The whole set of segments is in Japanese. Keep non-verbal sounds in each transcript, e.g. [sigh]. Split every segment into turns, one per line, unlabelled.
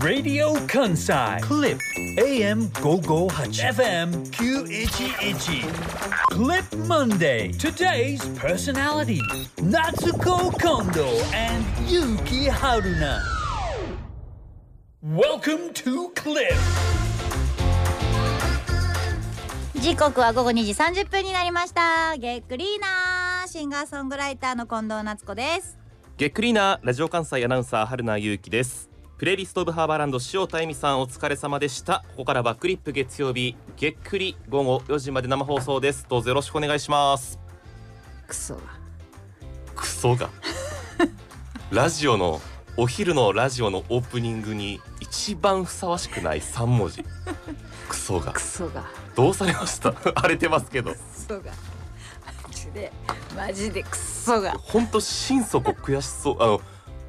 Radio Kansai Clip AM 558 FM 911 Clip Monday Today's personality Natsuko Kondo and Yuki Haruna Welcome to Clip
時刻は午後2時30分になりましたゲックリーナーシンガーソングライターの近藤夏子です
ゲックリーナーラジオ関西アナウンサー春名優輝ですプレイリストオブハーバーランド塩田恵美さんお疲れ様でしたここからはクリップ月曜日げっくり午後4時まで生放送ですどうぞよろしくお願いします
クソ
クソ [laughs] がラジオのお昼のラジオのオープニングに一番ふさわしくない3文字クソが
ソが
どうされました [laughs] 荒れてますけど
クソがマジでマジでクソが
ほんと心底悔しそうあの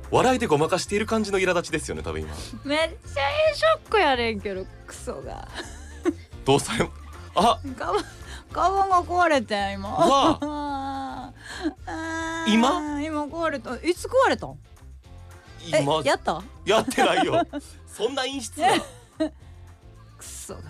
笑いでごまかしている感じの苛立ちですよね多分今
めっちゃいいショックやねんけどクソが
どうされあ
顔顔が壊れてん今
わ
あー
今
今壊れたいつ壊れたんえ
今
やった
やってない
[laughs]
よ。そんな陰湿な
クソが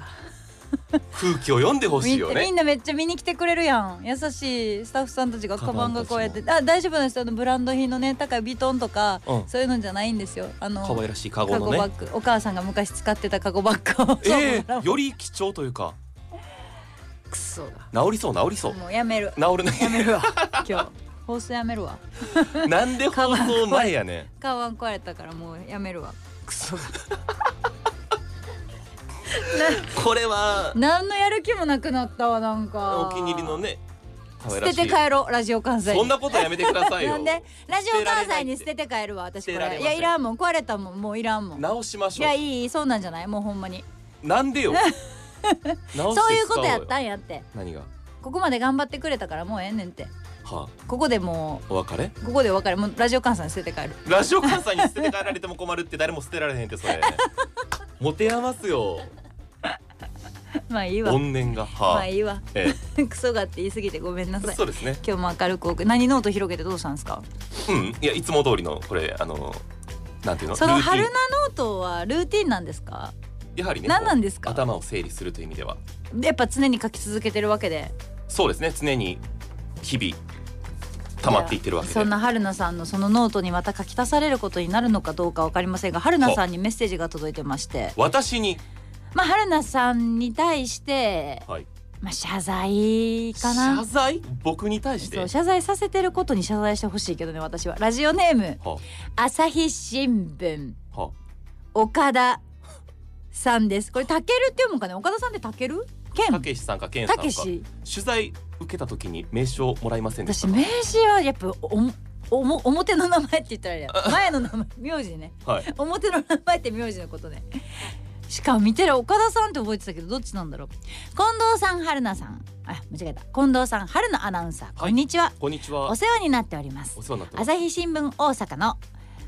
空気を読んでほしいよ
みみ
ね
ん。なめっちゃ見に来てくれるやん優しいスタッフさんたちがカ
カ
バ
バ
ン
ン
が
たち
こ
も
うやってあ大丈夫なんですよあのブランド品のね高いビトンとか、
うん
そういうのじゃないんですよあの
[laughs] 可愛らしいカゴ
カ
の
ゴバ
ね。
ッグお母さんが昔使ってたカゴバッグを
ええ
そう
より貴重というか、
クソが
治りそう治りそう。
もうやめる
治る
や [laughs]
ね。
める
[laughs]
わ今日放送やめるわ
なんで放送前やねん。
カバン壊れたからもうやめるわク [laughs] ソが
これは
何のやる気もなくなったわなんか
お気に入りのね。可
捨
愛ら
て
しい
て。帰ろうラジオ関西に
そんなことやめてください
な
よ
ん。でラジオ関西に捨てて帰るわ私こ
捨てられ
れ
ま
い
せん
やいらんもん壊れたもんもういらんもんい
直しましょ
やいいいいそうなんじゃないもうほんまに
う。なんでよ。直して使
[laughs]
お
そううい
よ
うことやったんやって
何が。
ここまで頑張ってくれたからもうええねんって
は
ここでも
あ、お別れ
うここでお別れもうラジオ関西に捨てて帰る [laughs]
ラジオ関西に捨てて帰られても困るって誰も捨てられへんってそれ持て余すよ
まあいいわ
怨念がはあ
まあいいわ [laughs]
え
クソがって言い過ぎてごめんな
え
さい
そうですね
今日も明るくお送何ノート広げてどうしたんですか
うん、いやいつも通りのこれあのなんていうの
その
ルーティン
春菜ノートはルーティンなんですか
やはりね
何なん
こ
です
う
か
頭を整理するという意味では
やっぱ常に書き続けてるわけで
そうですね常に日々溜まっていってるわけで
そんな春菜さんのそのノートにまた書き足されることになるのかどうかわかりませんが春菜さんにメッセージが届いてまして
私に、
まあ春菜さんに対して、
はい、
まあ、謝罪か
謝
な
罪僕に対して
そう謝罪させてることに謝罪してほしいけどね私はラジオネーム
は
朝日新聞
あは
岡田さんですこれたけるって読むかね岡田さんってたける
あた
健
けしさんかけんさん
た
か
けし
取材受けた時に名刺をもらいませんでし
私
た
名刺はやっぱおもおも表の名前って言ったらあ
[laughs]
れや前の名前名字ね
はい
表の名前って名字のことねしかも見てる岡田さんって覚えてたけどどっちなんだろう近藤さん春菜さんあ間違えた近藤さん春菜アナウンサーこんにちは、
こんにちは
お世話になっております
お世話になってます
朝日新聞大阪の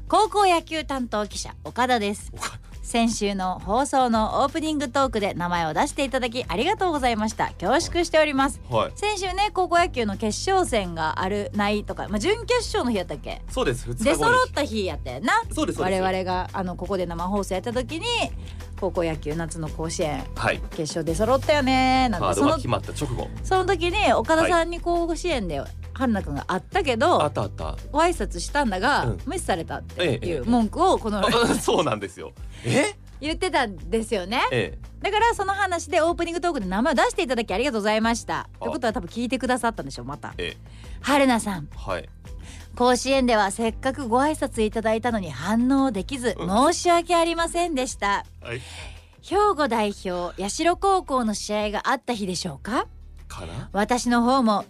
高校野球担当記者岡田です
岡田
先週の放送のオープニングトークで名前を出していただきありがとうございました恐縮しております
はい
先週ね高校野球の決勝戦があるないとか、まあ、準決勝の日やったっけ
そうです二日後
出
に
揃った日やったよな
そうですそうで
我
す
々があのここで生放送やった時に高校野球夏の甲子園
はい
決勝で揃ったよねなん
カ
か
ー
そ
ドが
の
決まった直後
その時に岡田さんに甲子園で春菜くんがあったけど、
あったあった [laughs]
ご挨拶したんだが、
うん
無視されたって
えええ
い
え
う文句をこ
[laughs]
の
あそうなんですよえ
言ってたんですよね
ええ
だからその話でオープニングトークで名前を出していただきありがとうございましたということは多分聞いてくださったんでしょうまた
ええ
春菜さん
はい
甲子園ではせっかくご挨拶いただいたのに反応できず
うん
申し訳ありませんでした
はい
兵庫代表社高校の試合があった日でしょうか
かな
私の方も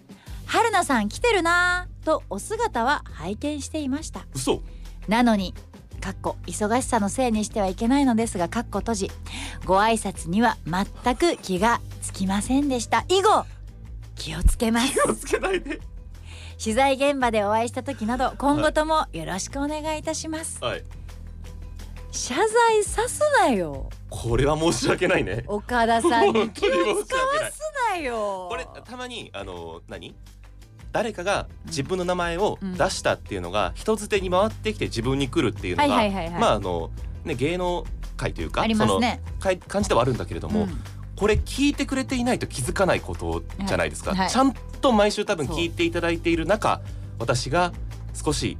春菜さん来てるなぁとお姿は拝見していました
嘘
なのにかっこ忙しさのせいにしてはいけないのですがかっこ閉じご挨拶には全く気がつきませんでした以後気をつけます
[laughs] 気をつけないで
取材現場でお会いした時など今後ともよろしくお願いいたします、
はい
謝罪さすなよ
これは申し訳ないね
岡田さんに
本当
気
に
を
申し
使
訳な
わ
い
すなよ
これたまにあの何誰かが自分の名前を
うん
出したっていうのが人づてに回ってきて自分に来るっていうのが、
はいはいはいはい
まああのね、芸能界というか
ありますね
そのかい感じではあるんだけれども、
うん
これ聞いてくれていないと気づかないことじゃないですか、
はいはい
ちゃんと毎週多分
そう
聞いていただいている中私が少し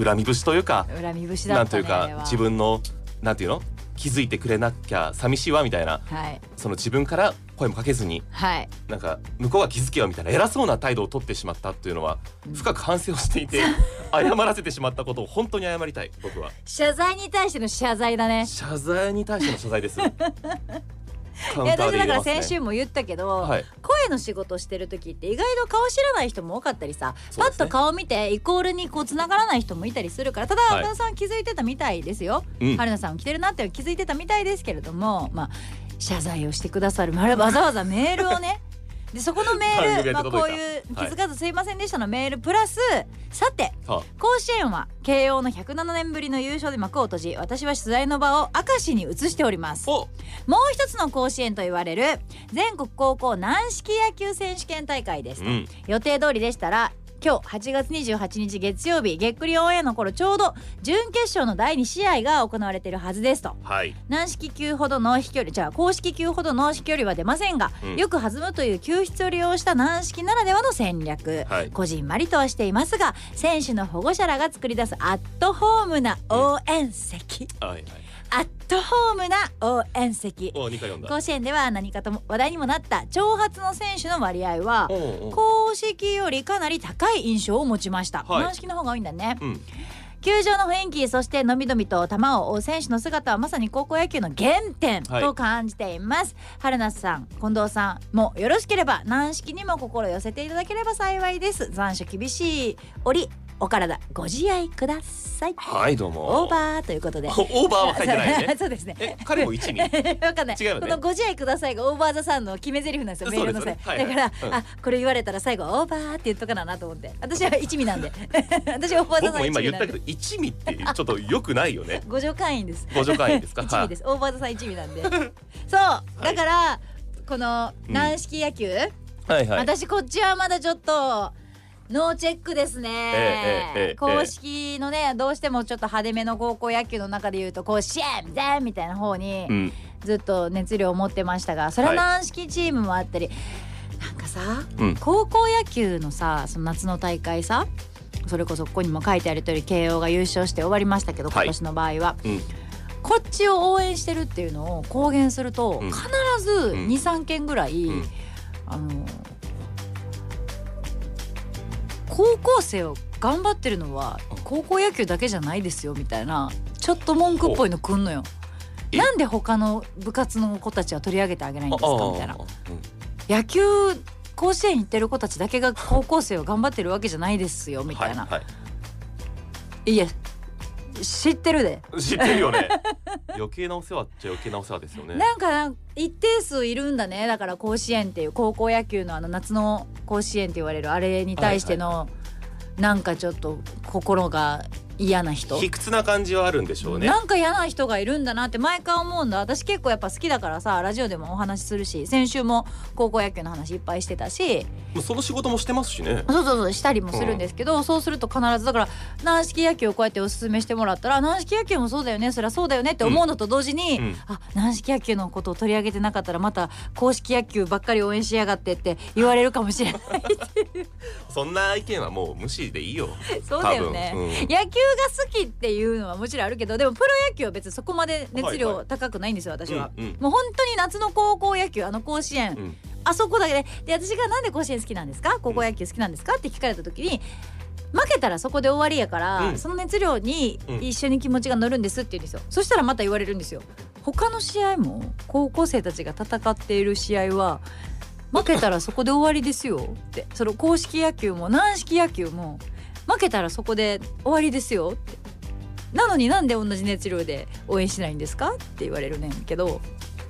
恨み節というか、
恨み節だ
な
っ
んと
た
い
ねあ
う
れ
か
は
自分のなんていうの気づいてくれなきゃ寂しいわみたいな
はい
その自分から声もかけずに
はい
なんか向こうが気づけよみたいな偉そうな態度を取ってしまったっていうのは
うん
深く反省をしていて、
[laughs]
謝らせてしまったことを本当に謝りたい僕は
謝罪に対しての謝罪だね
謝罪に対しての謝
[laughs]
罪ですカウンタ
いや
ー
私だ
で言え
か
ま
ら
すね
先週も言ったけど、
はい
声の仕事してる時って意外と顔知らない人も多かったりさ、
そう
パ
で
ッ
すね
と顔見てイコールにこう繋がらない人もいたりするからただ
はい
春菜さん気づいてたみたいですよ、
うん
春菜さん来てるなって気づいてたみたいですけれどもまあ謝罪をしてくださるあれわざわざメールをね
[laughs]
でそこのメ
タイミン
ー
グ
ル、
が
まあ、
届いた
こういう気
はい
づかずすいませんでしたのメールプラスさて
は
甲子園は慶応の107年ぶりの優勝で幕を閉じ私は取材の場を明石に移しております
お
もう一つの甲子園と言われる全国高校軟式野球選手権大会です、
うん
予定通りでしたら今日8月28日月曜日げっくりオンエアの頃ちょうど準決勝の第2試合が行われているはずですと
はい
軟式球ほどの飛距離じゃあ公式球ほどの飛距離は出ませんが、
うん
よく弾むという球質を利用した軟式ならではの戦略、
はい
こじんまりとはしていますが選手の保護者らが作り出すアットホームな応援席、
はいはい
アットホームな応援席
お二回読んだ
甲子園では何かとも話題にもなった長髪の選手の割合は
おうおう
公式よりかなり高い印象を持ちました、
はい
軟式の方が多いんだね
うん
球場の雰囲気そしてのびのびと球を追う選手の姿はまさに高校野球の原点
はい
と感じています、春夏さん近藤さんもよろしければ軟式にも心寄せていただければ幸いです残暑厳しい折お体ご自愛ください
はいどうも
オーバーということで
おオーバーは書いてないね
[laughs] そうですね
え彼も
[laughs]
一に
わかんない。
違うよね
そのご自愛くださいがオーバーザさんの決め台詞なんですよ。メールの
そう
せい。
ですよねはい
だから、
うん
あこれ言われたら最後オーバーって言っとかななと思って。私は一味
[laughs]
なんで。私オーバーザさ
僕も
ん一
今
味
言っ
な
た
ん
け
で。
ど一味ってちょっと良くないよね
ご助会員です。
ご助会員です
[laughs]
か
一味です。オーバーザさん一味なん
[laughs]
で。そう。だから、この軟式野球、
はいはい
私こっちはまだちょっと。ノーチェックですね、
ええええ
公式のねどうしてもちょっと派手めの高校野球の中で言うと甲子園全みたいな方に
うん
ずっと熱量を持ってましたがそれは軟式チームもあったり、なんかさ、
うん
高校野球のさその夏の大会さそれこそここにも書いてある通り慶応が優勝して終わりましたけど
はい
今年の場合は、
うん
こっちを応援してるっていうのを公言すると、
うん
必ず
うん
23、件ぐらい、
うん
あの高校生を頑張ってるのは高校野球だけじゃないですよみたいなちょっと文句っぽいのくんのよ。
え
なんで他の部活の子たちは取り上げてあげないんですかみたいな
あああ
野球甲子園行ってる子たちだけが高校生を頑張ってるわけじゃないですよみたいな、
はいはい
いや知ってるで、
知ってるよね [laughs] 余計なお世話っちゃ余計なお世話ですよね
なんかなんか一定数いるんだねだから甲子園っていう高校野球のあの夏の甲子園って言われるあれに対しての、なんかちょっと心が嫌な人
卑屈な感じはあるんでしょうね
なんか嫌な人がいるんだなって毎回思うんだ私結構やっぱ好きだからさラジオでもお話しするし先週も高校野球の話いっぱいしてたし
もうその仕事もしてますしね
そうそうそうしたりもするんですけど、そうすると必ずだから軟式野球をこうやっておすすめしてもらったら軟式野球もそうだよねそりゃそうだよねって思うのと同時に、
うんうん
あ軟式野球のことを取り上げてなかったらまた公式野球ばっかり応援しやがってって言われるかもしれ
[laughs]
ない
そんな意見はもう無視でいいよ
そうだよね
多。分うん
野球が好きっていうのはもちろんあるけどでもプロ野球は別にそこまで熱
はいは
量高くないんですよ、私は。
うんうん
もう本当に夏の高校野球あの甲子園、
うん
あそこだけでで私が「なんで甲子園好きなんですか高校野球好きなんですか?」って聞かれた時に負けたらそこで終わりやから、
うん
その熱量に
うん
一緒に気持ちが乗るんですって言うんですよ、そしたらまた言われるんですよ他の試合も高校生たちが戦っている試合は負けたらそこで終わりですよってその公式野球も軟式野球も負けたらそこで終わりですよってなのになんで同じ熱量で応援しないんですかって言われるねんけど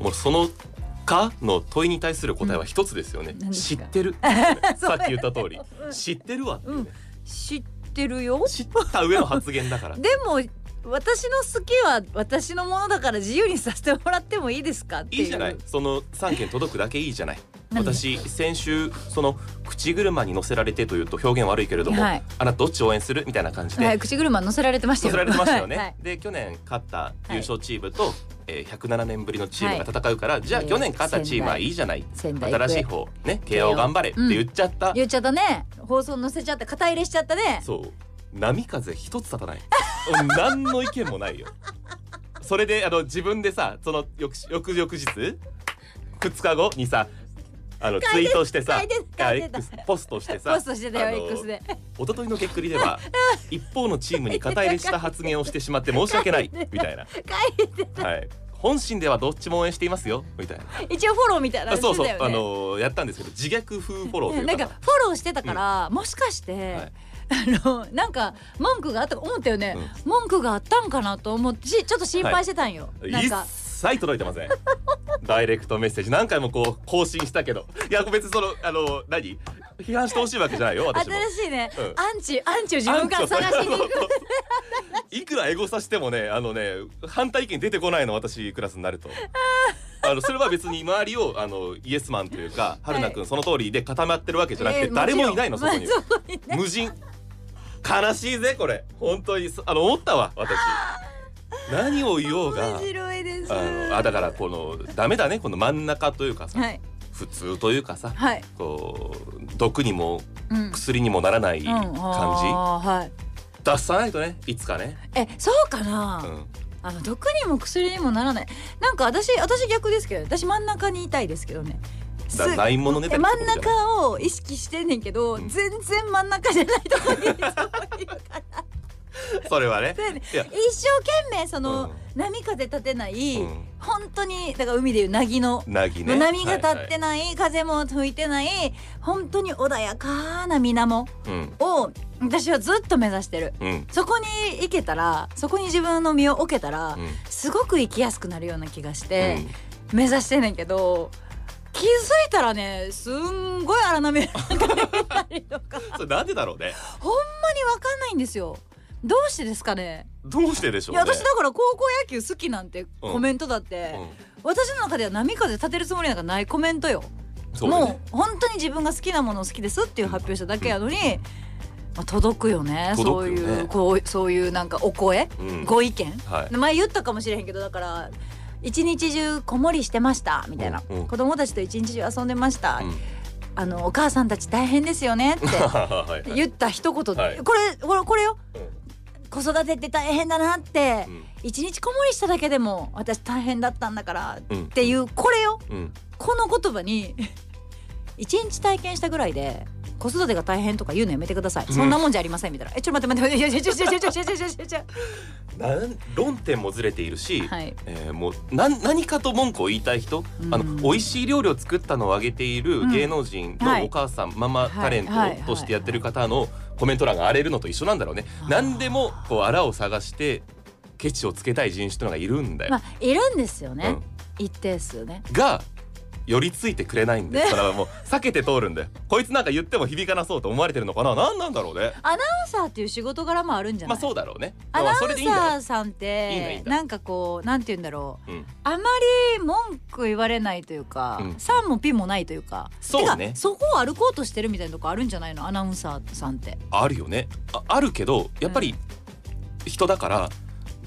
もうそのかの問いに対する答えは一つですよね、
うん
知っ
[laughs]
てるさっき言った通り知ってるわっていうね、
知ってるよ
知った上の発言
[laughs]
だから
でも私の好きは私のものだから自由にさせてもらってもいいですかっていう
いいじゃないその三件届くだけいいじゃない
何
私先週その口車に乗せられてというと表現悪いけれども、
はい
あなたどっち応援するみたいな感じで、
はい、口車乗せられてました
乗
よ。
せられてましたよね。
はいはい
で去年勝った優勝チームと、えー、107年ぶりのチームが戦うから、じゃあ
えー
去年勝ったチームはいいじゃない
仙台育英
新しい方ね慶応頑張れって言っちゃった、
言っちゃったね。放送乗せちゃって肩入れしちゃったね。
そう波風一つ立たないうん何の意見もないよそれであの自分でさその翌翌々日2日後にさあのツイートしてさ
書いてた書いてた
X ポストしてさ
ポストしてた
あ
よ
の
X で。 [laughs]
一昨日のげっくりでは一方のチームに肩入れした発言をしてしまって申し訳ないみたいな、
書いて
はい、本心ではどっちも応援していますよみたいな
一応フォローみたいな
あ
のして
そうそう、
たよね。
あのやったんですけど自虐風フォローという
な
か
んかフォローしてたから、もしかして、
はい
あのなんか文句があったか思ったよね、文句があったんかなと思ってしちょっと心配してたんよ、なん
一
か
切届いてま
[laughs]
せんダイレクトメッセージ何回もこう更新したけどいや別にそのあの何批判してほしいわけじゃないよ私も
新しいね、
うん
アンチアンチを自分から探しに行く
[laughs] いくらエゴさしてもねあのね反対意見出てこないの私クラスになると。あのそれは別に周りをあのイエスマンというか春菜くんその通りで固まってるわけじゃなくて、
えー
誰もいないのそ
も
こ
ちろ
に
ん。まあそういない
無人悲しいぜこれ本当にそあの思ったわ私何を言おうが
面白いです
あのあだからこのダメだねこの真ん中というかさ、
はい
普通というかさ
はい
こう毒にも
うん
薬にもならない
うん
感じ、
あーはい
出さないとねいつかね、
えそうかな、
うん、
あの毒にも薬にもならないなんか私私逆ですけど私真ん中にいたいですけどねす
だないものねだ
え
りって
真
こ
ん
とじゃない
中を意識してんねんけど、
うん
全然真ん中じゃないとこにいる
それはね
そうや
[laughs]
ね
いや
一生懸命その、波風立てない、
うん
本当にだから海でいう凪の、
なぎね
波が立って
は
ない、風も吹いてない本当に穏やかな水面
いはい
を私はずっと目指してる
うんうん
そこに行けたらそこに自分の身を置けたら、
うん
すごく生きやすくなるような気がし
う
て
ん、
目指してんねんけど気づいたらねすんごい荒波が流れたりと
[laughs]
か
それなんでだろうね
ほんまにわかんないんですよどうしてですかね
どうしてでしょ
いう
ね
や私だから高校野球好きなんてコメントだって、私の中では波風立てるつもりなんかないコメントよ
うんそうだね
もう本当に自分が好きなものを好きですっていう発表しただけやのに、まあ、届くよねそう
届くよね
いうこうそういうなんかお声、
うん
ご意見
はい
前言ったかもしれへんけどだから一日中子守してましたみたいな、
うんうん
子供たちと一日中遊んでました、
うん [laughs]
あのお母さんたち大変ですよねっ
はい
て
はい
言った一言で、
はい
これこれこれよ
う
子育てって大変だなって、
ん
一日子守しただけでも私大変だったんだからっ
うん
ていうこれよ
うん
この言葉に一日体験したぐらいで子育てが大変とか言うのやめてください、そんなもんじゃありませんみたいなえちょっと待って待っていや [laughs] いやいやいやいやいやいやいやいやいやいや
なん論点もずれているし、
はい
えーもうなん何かと文句を言いたい人、
うん
あの美味しい料理を作ったのをあげている芸能人
うんは
の
い
お母さん、ママタレント
はいはい
としてやってる方のコメント欄が荒れるのと一緒なんだろうね。
あー
何でもこうあらを探してケチをつけたい人種というのがいるんだよ。
まあいるんですよ
う
ね
ん、
一定数ね
が寄りついてくれないんで、
ね
それはもう避けて通るんでこいつなんか言っても響かなそうと思われてるのかな何なんだろうね
アナウンサーっていう仕事柄もあるんじゃな
ま
い、
あそうだろうね
ア
ま
ナ
あ
ウ
それ
ン
でいいんだ
サ
よ、
ーさんっ
いいんだいい
て
んだ
なんかこうなんて言うんだろう
うん、
あまり文句言われないというか、
うん
さんもピンもないというか
そうね
てかそこを歩こうとしてるみたいなとこあるんじゃないのアナウンサーさんって
あるよねああるけどやっぱり人だから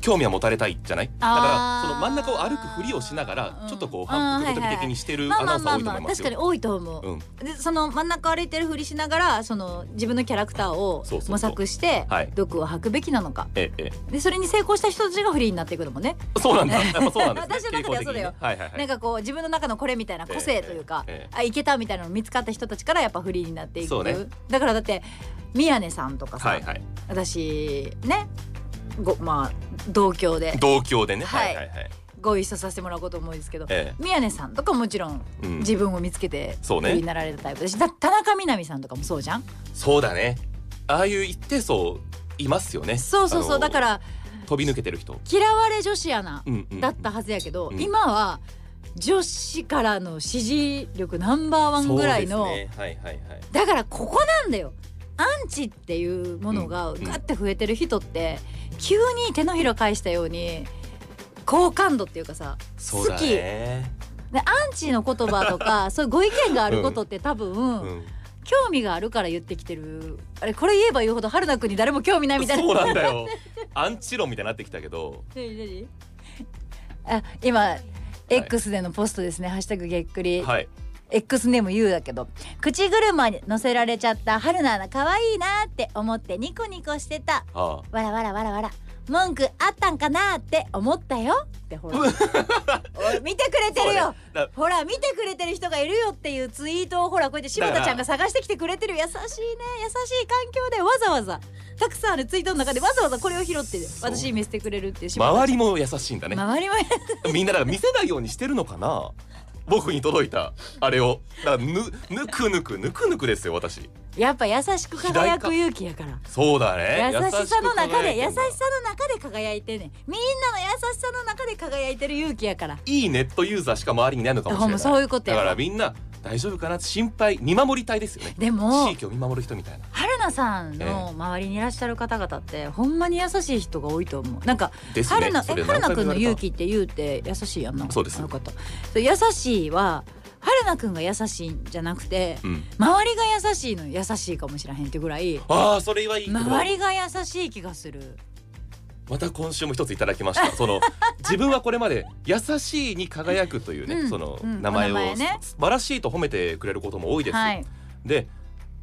興味は持たれたいじゃないだ
あ
から
ー
その真ん中を歩くふりをしながら
うん
ちょっとこう
あー
反復
はいはい
的
はい
にしてる
ま
ア
あま
ナウ
あ
ンサー
ま
は
あ
多い
ま
と思
あ
いま
確
すよ
かに。多いと思う、
うん
でその真ん中歩いてるふりしながらその自分のキャラクターを
そうそうそう
模索して
はい
毒を吐くべきなのか
ええ
でそれに成功した人たちがフリーになっていくのもね、[laughs]
そうなんだ。やっぱそうなんです、
私の
ね。
中ではそうだよ
傾向的にねはいはいはい。
なんかこう自分の中のこれみたいな個性というか、
えええ
あいけたみたいなの見つかった人たちからやっぱフリーになってい
そう
く、
ね
だからだって宮根さんとかさ、
はいはい。
私ねごまあ同郷で
同郷でね。
は
はいいはいはい。
ご一緒させてもらうことも多いですけど、
え
宮根さんとかもちろん
えうん。
自分を見つけて
そうね
フリーになられたタイプだし、だ田中みな実さんとかもそうじゃん
そうだね。ああいう一定層いますよね。
そうそうそう、
あの
だから
飛び抜けてる人。
嫌われ女子アナ
うんうん。
だったはずやけど、
うん
今は女子からの支持力ナンバーワンぐらいの、
そうですね。はいはいはい。
だからここなんだよアンチっていうものが
うん
ガッて増えてる人って、急に手のひら返したように好感度っていうかさ
そうだね。
好でアンチの言葉と
[laughs]
かそういうご意見があることって多分、
うん
興味があるから言ってきてるあれこれ言えば言うほど春菜くんに誰も興味ないみたいな
そうなんだよアンチ論みたいになってきたけど
[laughs] 何何あ今、X でのポストですね「ハッシュタグげっくり」
はい
X ネーム言うだけど口車に乗せられちゃった春菜アナ可愛いなって思ってニコニコしてた
あ
わらわらわらわら文句あったんかなって思ったよって [laughs] ほらおい見てくれてるよ、
あそうだね
ほら見てくれてる人がいるよっていうツイートをほらこうやって柴田ちゃんが探してきてくれてる優しいね優しい環境でわざわざたくさんあるツイートの中でわざわざこれを拾って
う
私に見せてくれるっていう
だ
柴
周
田ち
りも優しいんだね
ゃん周りもやって
みんなだから見せないようにしてるのかな僕に届いたあれをだからぬぬくぬくぬくぬくですよ私
やっぱ優しく輝く勇気やから
そうだね
優しさの中で優
優
し
し
さ
く輝いて
の中で輝いてん
んだ
ねんみんなの優しさの中で輝いてる勇気やから
いいネットユーザーしか周りにいないのかもしれ
ほん
な
ま
い
そういうことや
だからみんな大丈夫かなって心配見守りたいですよね
でも
地域を見守る人みたいな
春菜さんの周りにいらっしゃる方々ってほんまに優しい人が多いと思うなんか
ですね
春菜、
そ
え
れ
春
何
菜
回
くん
も言わ
の勇
れた
気って言うて優しいやんな
そうです
あの方そう優しいは春菜くんが優しいんじゃなくて
うん
周りが優しいの優しいかもしれへんってぐらい
ああそれはいいけど
周りが優しい気がする
また今週も一ついただき
[laughs]
ましたその自分はこれまで「優しい」に輝くというね、
うん
その
うん
名前を、
お名前ね
素晴らしいと褒めてくれることも多いです、
はい
で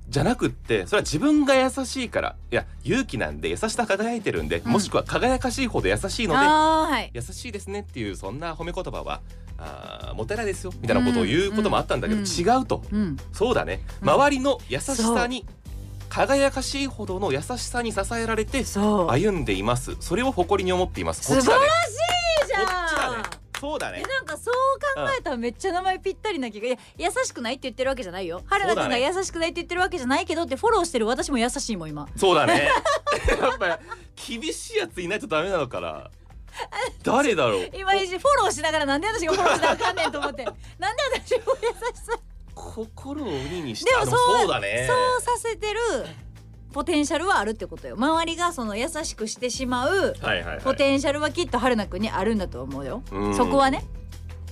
じゃなくってそれは自分が優しいからいや勇気なんで優しさ輝いてるんで、
ん
もしくは輝かしいほど優しいので
あーはい
優しいですねっていうそんな褒め言葉はあーもったいないですよみたいなことを言うこともあったんだけど、
うん
違うと
うん
そうだね
うん
周りの優しさに輝かしいほどの優しさに支えられて
そう
歩んでいますそれを誇りに思っていますこっち
素
だ
晴
ね
らしいじ
こっち
ゃ
だ
ん
ねそうだ
え
ね
なんかそう考えたらめっちゃ名前ぴったりな気がいや優しくないって言ってるわけじゃないよ春菜くんが優しくないって言ってるわけじゃないけどってフォローしてる私も優しいもん今
そうだね [laughs] やっぱ厳しいやついないとダメなのから誰だろう
今一時フォローしながらなんで私がフォローしなあかんねんと思
[laughs]
ってなんで私も優しさ
心を鬼にし
でも
たあ
そう
そうだね
そうさせてるポテンシャルはあるってことよ周りがその優しくしてしまう
はいはいは
ポ
い
テンシャルはきっと春菜くんにあるんだと思うよ
うん
そこはね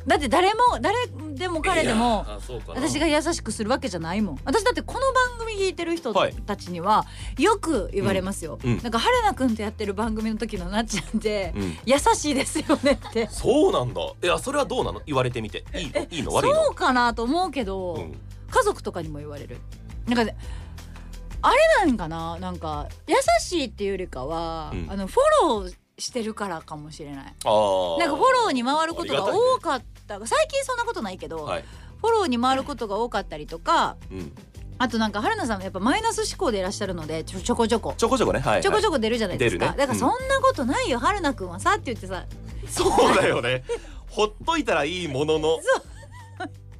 だって誰も誰でも彼でも
いやあそうかな
私が優しくするわけじゃないもん私だってこの番組聞いてる人
はい
たちにはよく言われますよ、
うんうん
なんか春菜くんとやってる番組の時のなっちゃんって、
うん
優しいですよねって
そうなんだいやそれはどうなの言われてみていいいいの悪いの
そうかなと思うけど、
ん
家族とかにも言われるなんかねあれなんかななんか優しいっていうよりかは、
うん
あのフォローしてるからかもしれない
あー
なんかフォローに回ることが
ありたいね
多かった最近そんなことないけど、
はい
フォローに回ることが多かったりとか
うん
あとなんか春菜さんもやっぱマイナス思考でいらっしゃるのでちょちょこちょこ
ちょこちょこねはい
ちょこちょ
こ
こ出るじゃないですか、
出るね
だからそんなことないよ、春菜くんはさって言ってさ
そうだよねほっといたらいいものの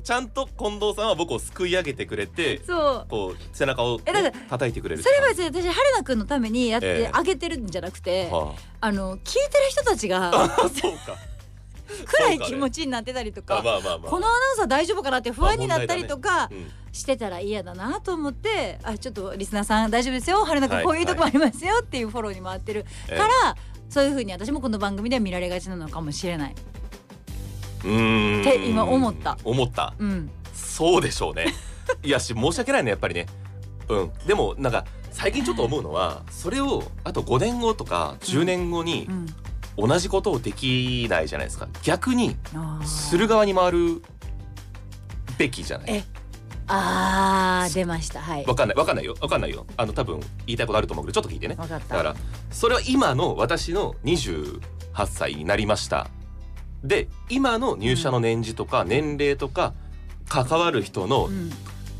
ちゃんと近藤さんは僕を救い上げてくれて
そう
こう背中をね
えだから
叩いてくれる
それは別に私春菜くんのためにやって
ええ
あげてるんじゃなくて、
は
あの聞いてる人たちが
あ [laughs] そうか
暗い気持ちになってたりと
まあ
か
まあまあまあ
このアナウンサー大丈夫かなって不安になったりとか
うん
してたら嫌だなと思ってあちょっとリスナーさん大丈夫ですよ春菜
は
くん
い
こういうとこもありますよっていうフォローに回ってる
ええ
から、そういうふうに私もこの番組では見られがちなのかもしれない。
うーん
って今思った
思った
うん、
そうでしょうねいやし申し訳ないねやっぱりねうんでもなんか最近ちょっと思うのはそれをあと5年後とか10年後に
うん、
同じことをできないじゃないですか逆に
あー
する側に回るべきじゃない
えあー出ましたはい
わかんないわかんないよわかんないよあの多分言いたいことあると思うけどちょっと聞いてね
わかった
だからそれは今の私の28歳になりましたで今の入社の年次とか年齢とか関わる人の
うん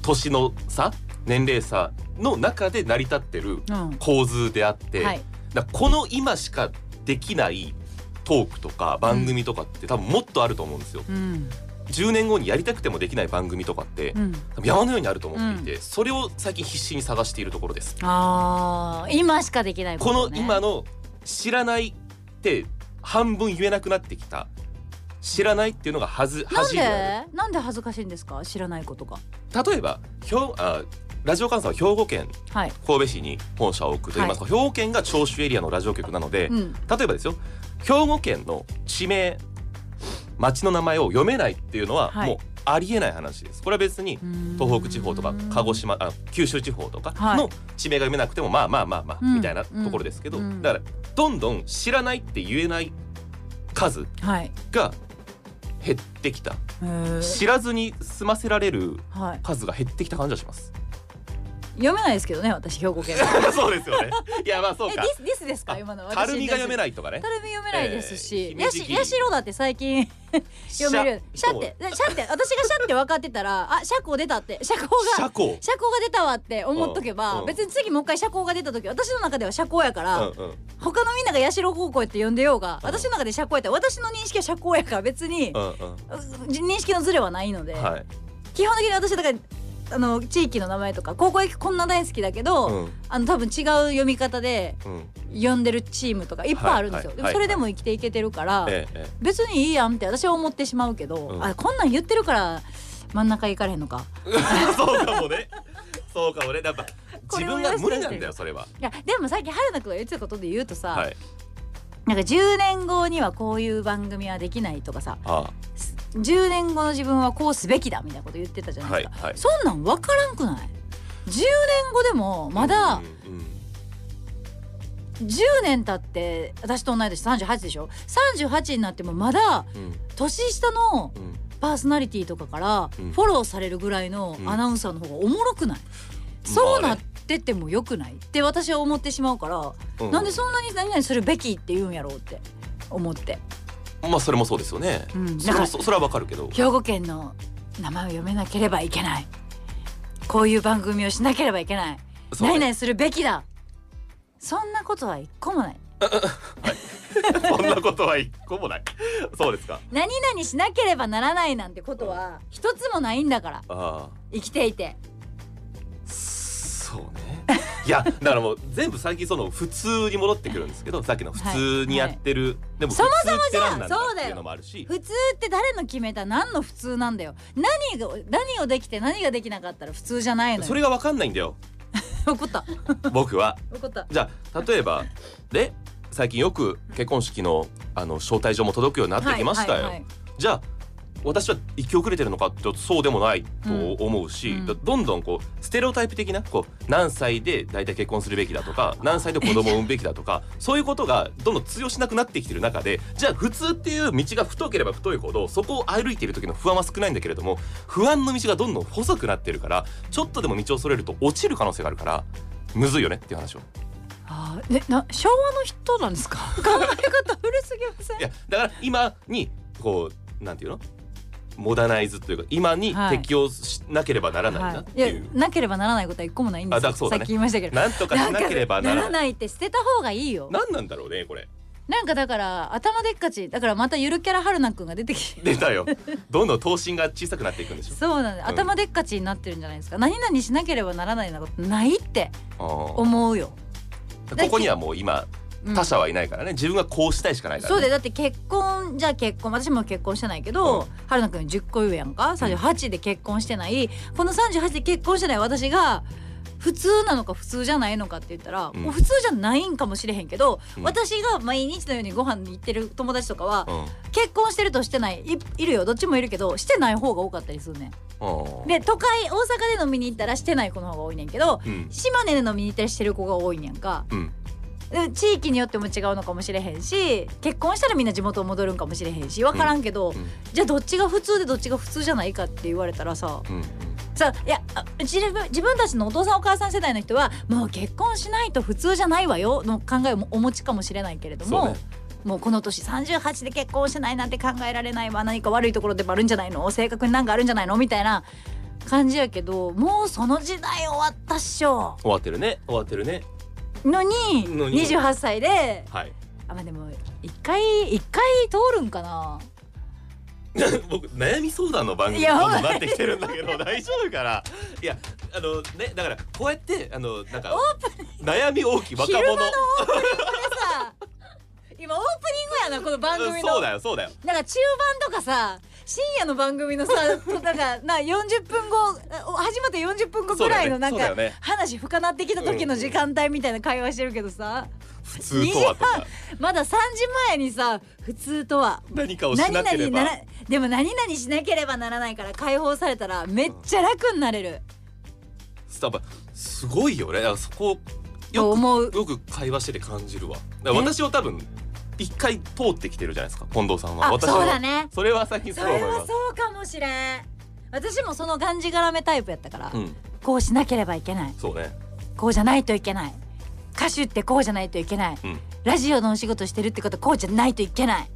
年の差年齢差の中で成り立ってる
う
構図であって、
んはい
だからこの今しかできないトークとか番組とかって多分もっとあると思うんですよ。
うん
10年後にやりたくてもできない番組とかって
うん
多分山のようにあると思っていて、それを最近必死に探しているところです。
あー今しかできない
こ
と
の
ね
今の知らないって半分言えなくなってきた知らないっていうのがはず
なん
恥になる
でなんで恥ずかしいんですか知らないことが
例えば兵あラジオ関西は兵庫県
はい
神戸市に本社を置くと言いますか、兵庫県が長州エリアのラジオ局なので、
うん
例えばですよ兵庫県の地名町の名前を読めないっていうのは
はい
もうありえない話です。これは別に東北地方とか鹿児島あ九州地方とか
はい
の地名が読めなくてもまあまあまあまあ
うん
みたいなところですけど、
うん
だからどんどん知らないって言えない数
はい
が減ってきた
へー
知らずに済ませられる
はい
数が減ってきた感じがします。 [laughs]
読めないですけどね私兵庫県
そうですよね。いやまあ [laughs] そう
え
か。
ですですですか今の
たるみが読め
ない
ないとかね
た。るみ読めないです
え
し
ー姫
や
路義
し
理
やしろだって最近読めるようにシャってでシャって私がシャって分かってたらあ社交出たって社交
社
が
交。
社交が出たわって思っとけ
うんう
ば
ん
別に次もう一回社交が出た時私の中では社交やから、
うんうん
他のみんなが八代高校って呼んでようが
うん
私の中で社交やったら私の認識は社交やから別に、
うん
認識のズレはないので、
うん。はい。
基本的に私だからあの地域の名前とか高校駅こんな大好きだけど、
うん
あの多分違う読み方で
うん。
呼んでるチームとかいっぱいあるんですよ、
はい
で
は
も
い
それでも生きていけてるから、
えええ
別にいいやんって私は思ってしまうけど、
うん
あこんなん言ってるから真ん中行かれへんのか
え。 [laughs] そうかもね。そうかもね。やっぱ
こ
自
れを
分が無理な
言わせ
ん
て
だよ
る
それは。
いやでもさっき春菜くんが言ってたことで言うとさ、
はい。
なんか10年後にはこういう番組はできないとかさ
あ
10年後の自分はこうすべきだみたいなこと言ってたじゃ
あ
ないで
は
す
い
か、
はい。
そんなん分からんくない ?10 年後でもまだ
うんうん
10年経って私と同い年38でしょ38になってもまだ
うん
年下の
うん
パーソナリティとかから
うん
フォローされるぐらいのアナウンサーの方がおもろくない、そうなってってもよくないって私は思ってしまうから、
うん。
なんでそんなに何々するべきって言うんやろうって思って、
まあそれもそうですよね。
うん、
そ
だから
れそそれはわかるけど。
兵庫県の名前を読めなければいけないこういう番組をしなければいけない
そう
何々するべきだそんなことは一個もない
[laughs] そんなことは一個もない。そうですか。
何々しなければならないなんてことは一つもないんだから
ああ。
生きていて
そうね。いやだからもう全部最近その普通に戻ってくるんですけどさっきの普通にやってる、でも普
そ
通
も
って
じゃあ
何なんだ
そう
っ
だよ
ていうのもあるし
普通って誰の決めた何の普通なんだよ何が何をできて何ができなかったら普通じゃないの
そ
よ
れがわかんないんだよ
怒った
僕は。
怒った
じゃあ例えばで最近よく結婚式のあの招待状も届くようになってきましたよ。
はいはいはい
じゃあ私は行き遅れてるのかってそうでもないと思うし、
うん
だどんどんこうステレオタイプ的なこう何歳で大体結婚するべきだ
[laughs]
とか何歳で子供を産むべきだとかそういうことがどんどん通用しなくなってきてる中でじゃあ普通っていう道が太ければ太いほどそこを歩いている時の不安は少ないんだけれども不安の道がどんどん細くなってるからちょっとでも道をそれると落ちる可能性があるからむずいよねっていう話を。
あーねな昭和の人なん
[laughs]
ですか考え方古すぎません
いやだから今にこうなんていうのモダナイズというか今に
はい
適応しなければならないなっていう、
やなければならないことは一個もないんです
あだ
よ
そう
さ
だ
っ
ね
き言いましたけど
なんとかしなければなら
ん
な
か
い。
ないって捨てた方がいいよ
なんなんだろうねこれ
なんかだから頭でっかちだからまたゆるキャラ春菜くんが出てきて
出たよどんどん頭身が小さくなっていくんでし
そうなんで、頭でっかちになってるんじゃないですか何々しなければならないなことないって
ょ
思うよ、
あーここにはもう今
うん
他者はいないからね自分がこうしたいしかないから、
そ
ね、
うでだって結婚じゃあ結婚私も結婚してないけど、
うん
春菜くん10個上やんか38で結婚してない、この38で結婚してない私が普通なのか普通じゃないのかって言ったら、
うん
もう普通じゃないんかもしれへんけど、
うん
私が毎日のようにご飯に行ってる友達とかは、
うん
結婚してるとしてないいいるよどっちもいるけどしてない方が多かったりするねん。
うん
で都会大阪で飲みに行ったらしてない子の方が多いねんけど
うん
島根で飲みに行ったりしてる子が多いねんか
うん
で地域によっても違うのかもしれへんし結婚したらみんな地元戻るんかもしれへんし分からんけど、
うん
じゃあどっちが普通でどっちが普通じゃないかって言われたらさ
うん
さいやあ自分自分たちのお父さんお母さん世代の人はもう結婚しないと普通じゃないわよの考えをお持ちかもしれないけれど
そう
も
ね。
もうこの年38で結婚してないなんて考えられないわ何か悪いところでもあるんじゃないの性格になんかあるんじゃないのみたいな感じやけどもうその時代終わったっしょ
終わってるね終わってるね
のに
のに
28歳で
はい
あまあでも一回一回通るんかな
[laughs] 僕悩み相談の番組
い
に
や
どんどんなってきてるんだけど [laughs] 大丈夫かないやあのねだからこうやってあのなんか悩み大きい若者
昼間のさ今オープニングやなこの番組の
そうだよそうだよ
なんか中盤とかさ深夜の番組の
[laughs]
さとなんかな40分後お始まって40分後ぐらいのなん
そうだ
か、
よね
話深なってきた時の時間帯みたいな会話してるけどさ、
普通とはとか
[laughs] まだ3時前にさ普通とは
何かをし
何
な
々
けれ
な
ば
らでも何々しなければならないから解放されたらめっちゃ楽になれる
多分すごいよねだからそこを
と
よく
思う
よく会話してて感じるわだから私は多分一回通ってきてるじゃないですか近藤さんは
あ
私は
そうだね
それは最近
そ
そう思い
れ
ま
は
す
そうかもしれん私もそのがんじがらめタイプやったから、
うん
こうしなければいけない
そうね
こうじゃないといけない歌手ってこうじゃないといけない、 [laughs]
うん
ラジオのお仕事してるってことはこうじゃないといけない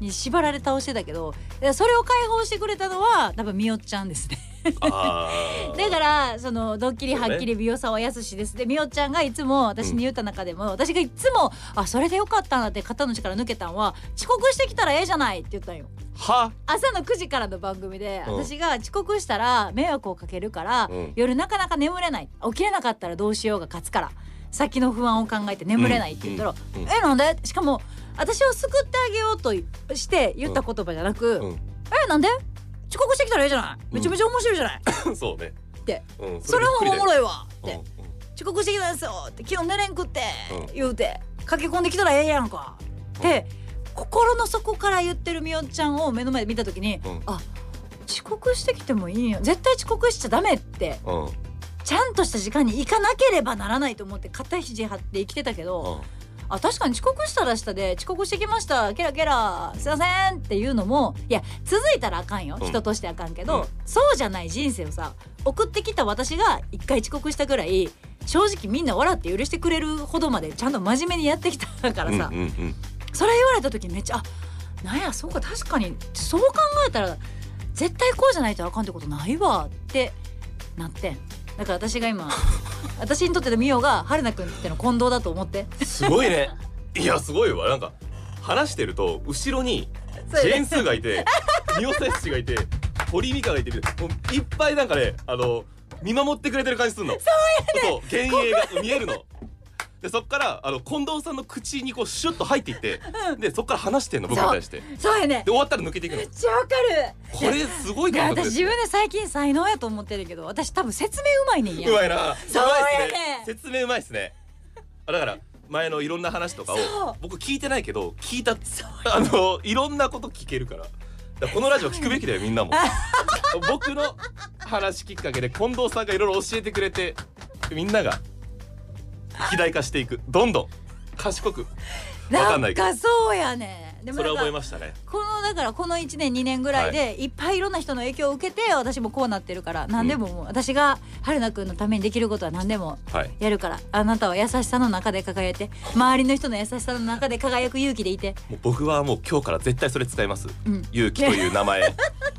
に縛られ倒してたけどいやそれを解放してくれたのは多分みおちゃんですね
あ
だ
ー
からそのドッキリ
そう
は
ね
っきり美容さんはやすしですでみおちゃんがいつも私に言った中でも、私がいつもあそれでよかったなって肩の力抜けたんは遅刻してきたらええじゃないって言ったんよ
は [laughs]
朝の9時からの番組で
うん
私が遅刻したら迷惑をかけるから、
うん
夜なかなか眠れない起きれなかったらどうしようが勝つから先の不安を考えて眠れないって言ったら「
うんうん
えなんで?」しかも私を救ってあげようといして言った言葉じゃなく「
うん
えなんで遅刻してきたらいいじゃないめちゃめちゃ面白いじゃ
[laughs]
ない、
そうね
で
うん
それもおも
い
ろいわ」って、
うんうん
遅刻してきたんですよ」って「昨日寝れんくって
う」ん
言うて「駆け込んできたらええやんか」って心の底から言ってるみおちゃんを目の前で見た時に「
うん
あ遅刻してきてもいいんや絶対遅刻しちゃダメ」って
うんうん
ちゃんとした時間に行かなければならないと思って肩肘張って生きてたけど、あ確かに遅刻したらしたで遅刻してきましたケラケラすいませんっていうのもいや続いたらあかんよ
うん
人としてあかんけ
う
ど、
ん
そうじゃない人生をさ送ってきた私が一回遅刻したぐらい正直みんな笑って許してくれるほどまでちゃんと真面目にやってきたからさ、
うんうんうん
それ言われた時めっちゃあなんやそうか確かにそう考えたら絶対こうじゃないとあかんってことないわってなってんだから私が今
[laughs]
私にとってのミオが春菜くんっての近藤だと思って。
すごいねいやすごいわなんか話してると後ろにジェーンスーがい [laughs] てミオサイス氏がいて堀井美香がいてもういっぱいなんかねあの見守ってくれてる感じすんのそうやね幻影が見えるのでそっからあの近藤さんの口にこうシュッと入っていって、でそっから話してんの僕に対してで
そうやね
終わったら抜けていくの
めっちゃわかる
これすごい
いや
感
私
覚
自分で最近才能やと思ってるけど私多分説明うまいねんや
うまいな
そうやね
うまいっす説明うまいっすねあだから前のいろんな話とかを
そう
僕聞いてないけど聞いたあのいろんなこと聞けるからだからこのラジオ聞くべきだよみんなも僕の話きっかけで近藤さんがいろいろ教えてくれてみんなが肥大化していくどんどん賢くわかんないけど
んかそうやねんで
それは
なん
思い
か
ましたね
このだからこの1年2年ぐらいでいっぱいいろんな人の影響を受けて私もこうなってるから何でももう私が春菜くんのためにできることは何でも
はい
やるからあなたは優しさの中で輝いて周りの人の優しさの中で輝く勇気でいて
もう僕はもう今日から絶対それ使います
うん
勇気という
[laughs]
名前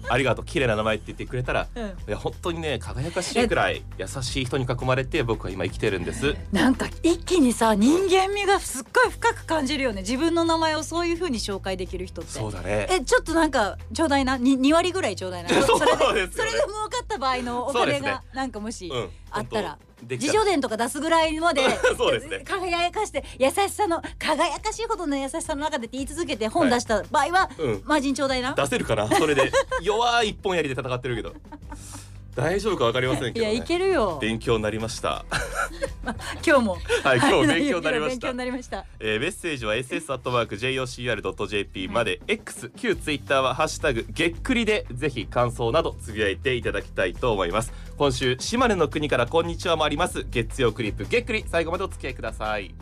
ありがとう綺麗な名前って言ってくれたら
うん
いや本当にね輝かしいくらい優しい人に囲まれて僕は今生きてるんです
なんか一気にさ人間味がすっごい深く感じるよね自分の名前をそういう風に紹介できる人って
そうだね
えちょっとなんかちょうだいなに2割ぐらいちょうだ
[laughs]
いな
そう
それで
です
そ
よ
れ
ね
で儲かった場合のお
そうで
金
すね
がなんかもし
うん
あったら
本当でき
自
たら
助伝とか出すぐらいまで
[laughs] そうですね
輝かして優しさの輝かしいほどの優しさの中でって言い続けて本出した場合は、
うん
マージンちょうだいな
出せるかなそれで弱い一本槍で戦ってるけど大丈夫かわかりません
い
けど、
や
ね、
いけるよ
勉強になりました
[laughs] 今日も
はい
[laughs]
今日
は
勉強になりまし
勉
た
強になりました
えーメッセージは ss アットマーク jocr.jp まで、x 旧ツイッターはハッシュタグげっくりでぜひ感想などつぶやいていただきたいと思います今週島根の国からこんにちはもあります月曜クリップげっくり最後までお付き合いください